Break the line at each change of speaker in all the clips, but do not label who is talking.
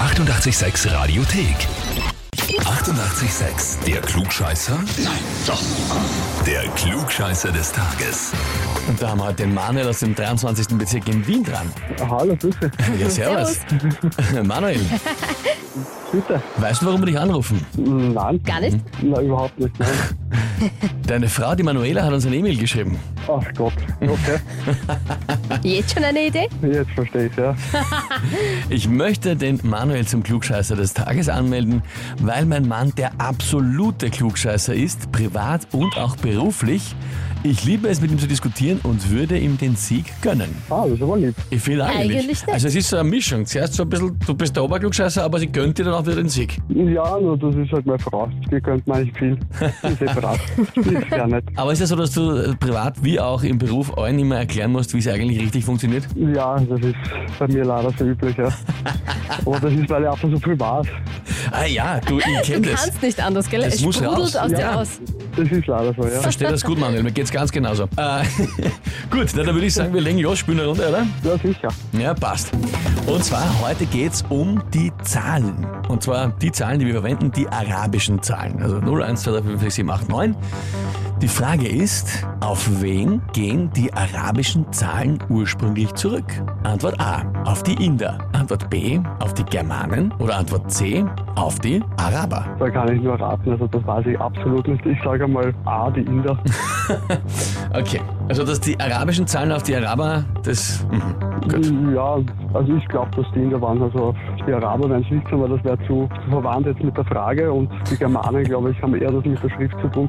886 Radiothek. 88,6. Der Klugscheißer? Nein, doch. Der Klugscheißer des Tages.
Und da haben wir heute den Manuel aus dem 23. Bezirk in Wien dran.
Hallo, Grüße.
Ja, servus. Manuel,
Bitte.
weißt du, warum wir dich anrufen?
Nein.
Gar nicht?
Mhm.
Nein, überhaupt nicht. Nein.
Deine Frau, die Manuela, hat uns eine E-Mail geschrieben.
Ach Gott. Okay,
Jetzt schon eine Idee?
jetzt verstehe ich ja.
Ich möchte den Manuel zum Klugscheißer des Tages anmelden, weil mein Mann der absolute Klugscheißer ist, privat und auch beruflich. Ich liebe es, mit ihm zu diskutieren und würde ihm den Sieg gönnen.
Ah, das ist aber lieb.
Ich finde eigentlich.
Eigentlich nicht.
Also es ist so eine Mischung. Zuerst so ein bisschen, du bist der Oberklugscheißer, aber sie gönnt dir dann auch wieder den Sieg.
Ja, nur das ist halt meine Frau. Die könnte man nicht viel. Die ist separat. Die ist ja nicht.
Aber ist ja so, dass du äh, privat wie auch im Beruf allen immer erklären musst, wie es eigentlich richtig funktioniert?
Ja, das ist bei mir leider so üblich, ja. Aber das ist, weil ich einfach so viel weiß.
Ah ja, du, ich
Du
kenne das.
kannst nicht anders, gell?
Das
es
muss
sprudelt
raus.
aus dir
Ja.
raus.
Das ist leider so, ja.
Verstehe das gut, Manuel. Mir geht's ganz genauso. Äh, gut, na, dann würde ich sagen, wir legen los, spielen eine Runde, oder?
Ja, sicher.
Ja, passt. Und zwar heute geht's um die Zahlen. Und zwar die Zahlen, die wir verwenden, die arabischen Zahlen. Also 0, 1, 2, 3, 4, 5, 6, 7, 8, 9. Die Frage ist, auf wen gehen die arabischen Zahlen ursprünglich zurück? Antwort A, auf die Inder. Antwort B, auf die Germanen. Oder Antwort C, auf die Araber.
Da kann ich nur raten. Also das weiß ich absolut nicht. Ich sage mal A, die Inder.
Okay, also dass die arabischen Zahlen auf die Araber, das... Mhm. Gut.
Ja, also ich glaube, dass die Inder waren, also die Araber wären es nicht, aber das wäre zu, zu verwandt jetzt mit der Frage und die Germanen, glaube ich, haben eher das mit der Schrift zu tun.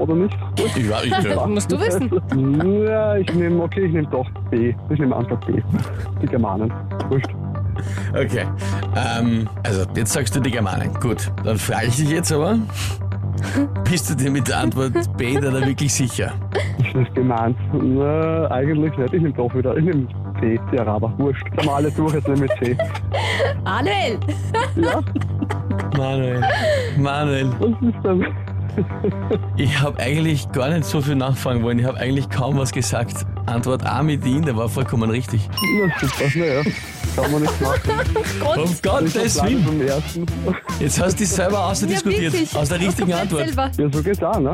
Oder nicht?
Ja, Mhm, ich,
Das musst du wissen.
Ja, ich nehme, okay, ich nehme doch B. Ich nehme Antwort B. Die Germanen. Wurscht.
Okay. Ähm, also, jetzt sagst du die Germanen. Gut, dann frage ich dich jetzt aber, bist du dir mit der Antwort B da da wirklich sicher?
Ist das gemeint? Na, eigentlich nicht. Ich nehme doch wieder. Ich nehme C, die Araber. Wurscht. Haben wir alle durch, jetzt nehme ich C.
Manuel!
Ja,
Manuel, Manuel,
das ist dann.
ich habe eigentlich gar nicht so viel nachfragen wollen. Ich habe eigentlich kaum was gesagt. Antwort A mit Ihnen, der war vollkommen richtig.
Na super, naja. Kann man nicht machen.
Grund,
Um
Ich
Gottes
verplane
Willen.
vom ersten.
Jetzt hast du dich selber ausdiskutiert.
wirklich.
aus der richtigen
komplett
Antwort.
Selber.
Ja, so geht's auch, ne?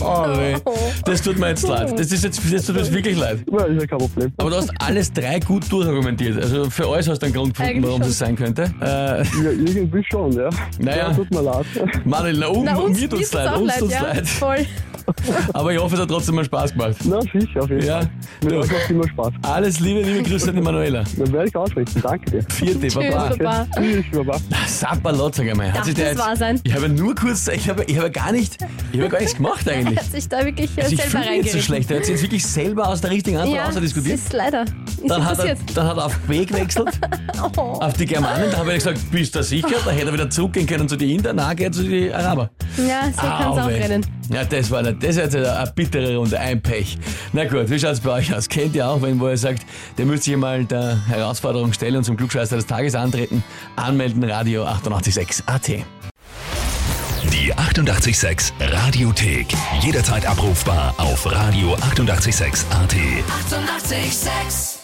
Oh, weh. das tut mir jetzt leid. Das ist jetzt, das tut mir jetzt wirklich leid.
Ja, ist ja kein Problem.
Aber du hast alles drei gut durchargumentiert. Also für alles hast du einen Grund gefunden,
Eigentlich
warum
schon.
das sein könnte. Äh,
Ja, irgendwie schon, ja.
Naja.
Ja, tut mir leid.
Manuel, na, um,
Na, uns,
mir tut's
mir
leid,
auch
uns tut's
ja.
leid.
Voll.
Aber ich hoffe, es hat trotzdem mal Spaß gemacht.
Na, sicher, auf jeden
Ja,
Fall. Mir
du.
macht immer Spaß.
Alles Liebe, liebe Grüße an die Manuela.
Dann werde ich ausrichten. Danke dir.
Vierte,
Tschüss,
Baba.
Baba.
Tschüss, Baba.
Sapperlot, sag einmal. Hat
Darf
sich der
das
jetzt-
wahr sein?
Ich habe nur kurz, ich habe, ich habe gar nicht, ich habe gar nichts gemacht eigentlich.
Er hat sich da wirklich äh,
Also ich fühle mich jetzt
selber
so
reingeritten.
schlecht. Er hat sich jetzt wirklich selber aus der richtigen Antwort
ja,
ausdiskutiert.
das ist leider. Ist
Dann hat, er,
passiert.
dann hat er auf B gewechselt,
Oh.
auf die Germanen. Da habe ich gesagt, bist du sicher? Da hätte er wieder zurückgehen können zu den Indern, nachher geht er zu den Araber.
Ja, so kann's auch
Auweh.
rennen.
Ah, Ja, das war nicht, das ist jetzt eine bittere Runde, ein Pech. Na gut, wie schaut's bei euch aus? Kennt ihr auch, wenn wo ihr sagt, der müsst sich mal der Herausforderung stellen und zum Glücksscheißer des Tages antreten? Anmelden, Radio 886 AT.
Die 88,6 Radiothek. Jederzeit abrufbar auf radio886.at. 88,6.
Eighty-eight, sex.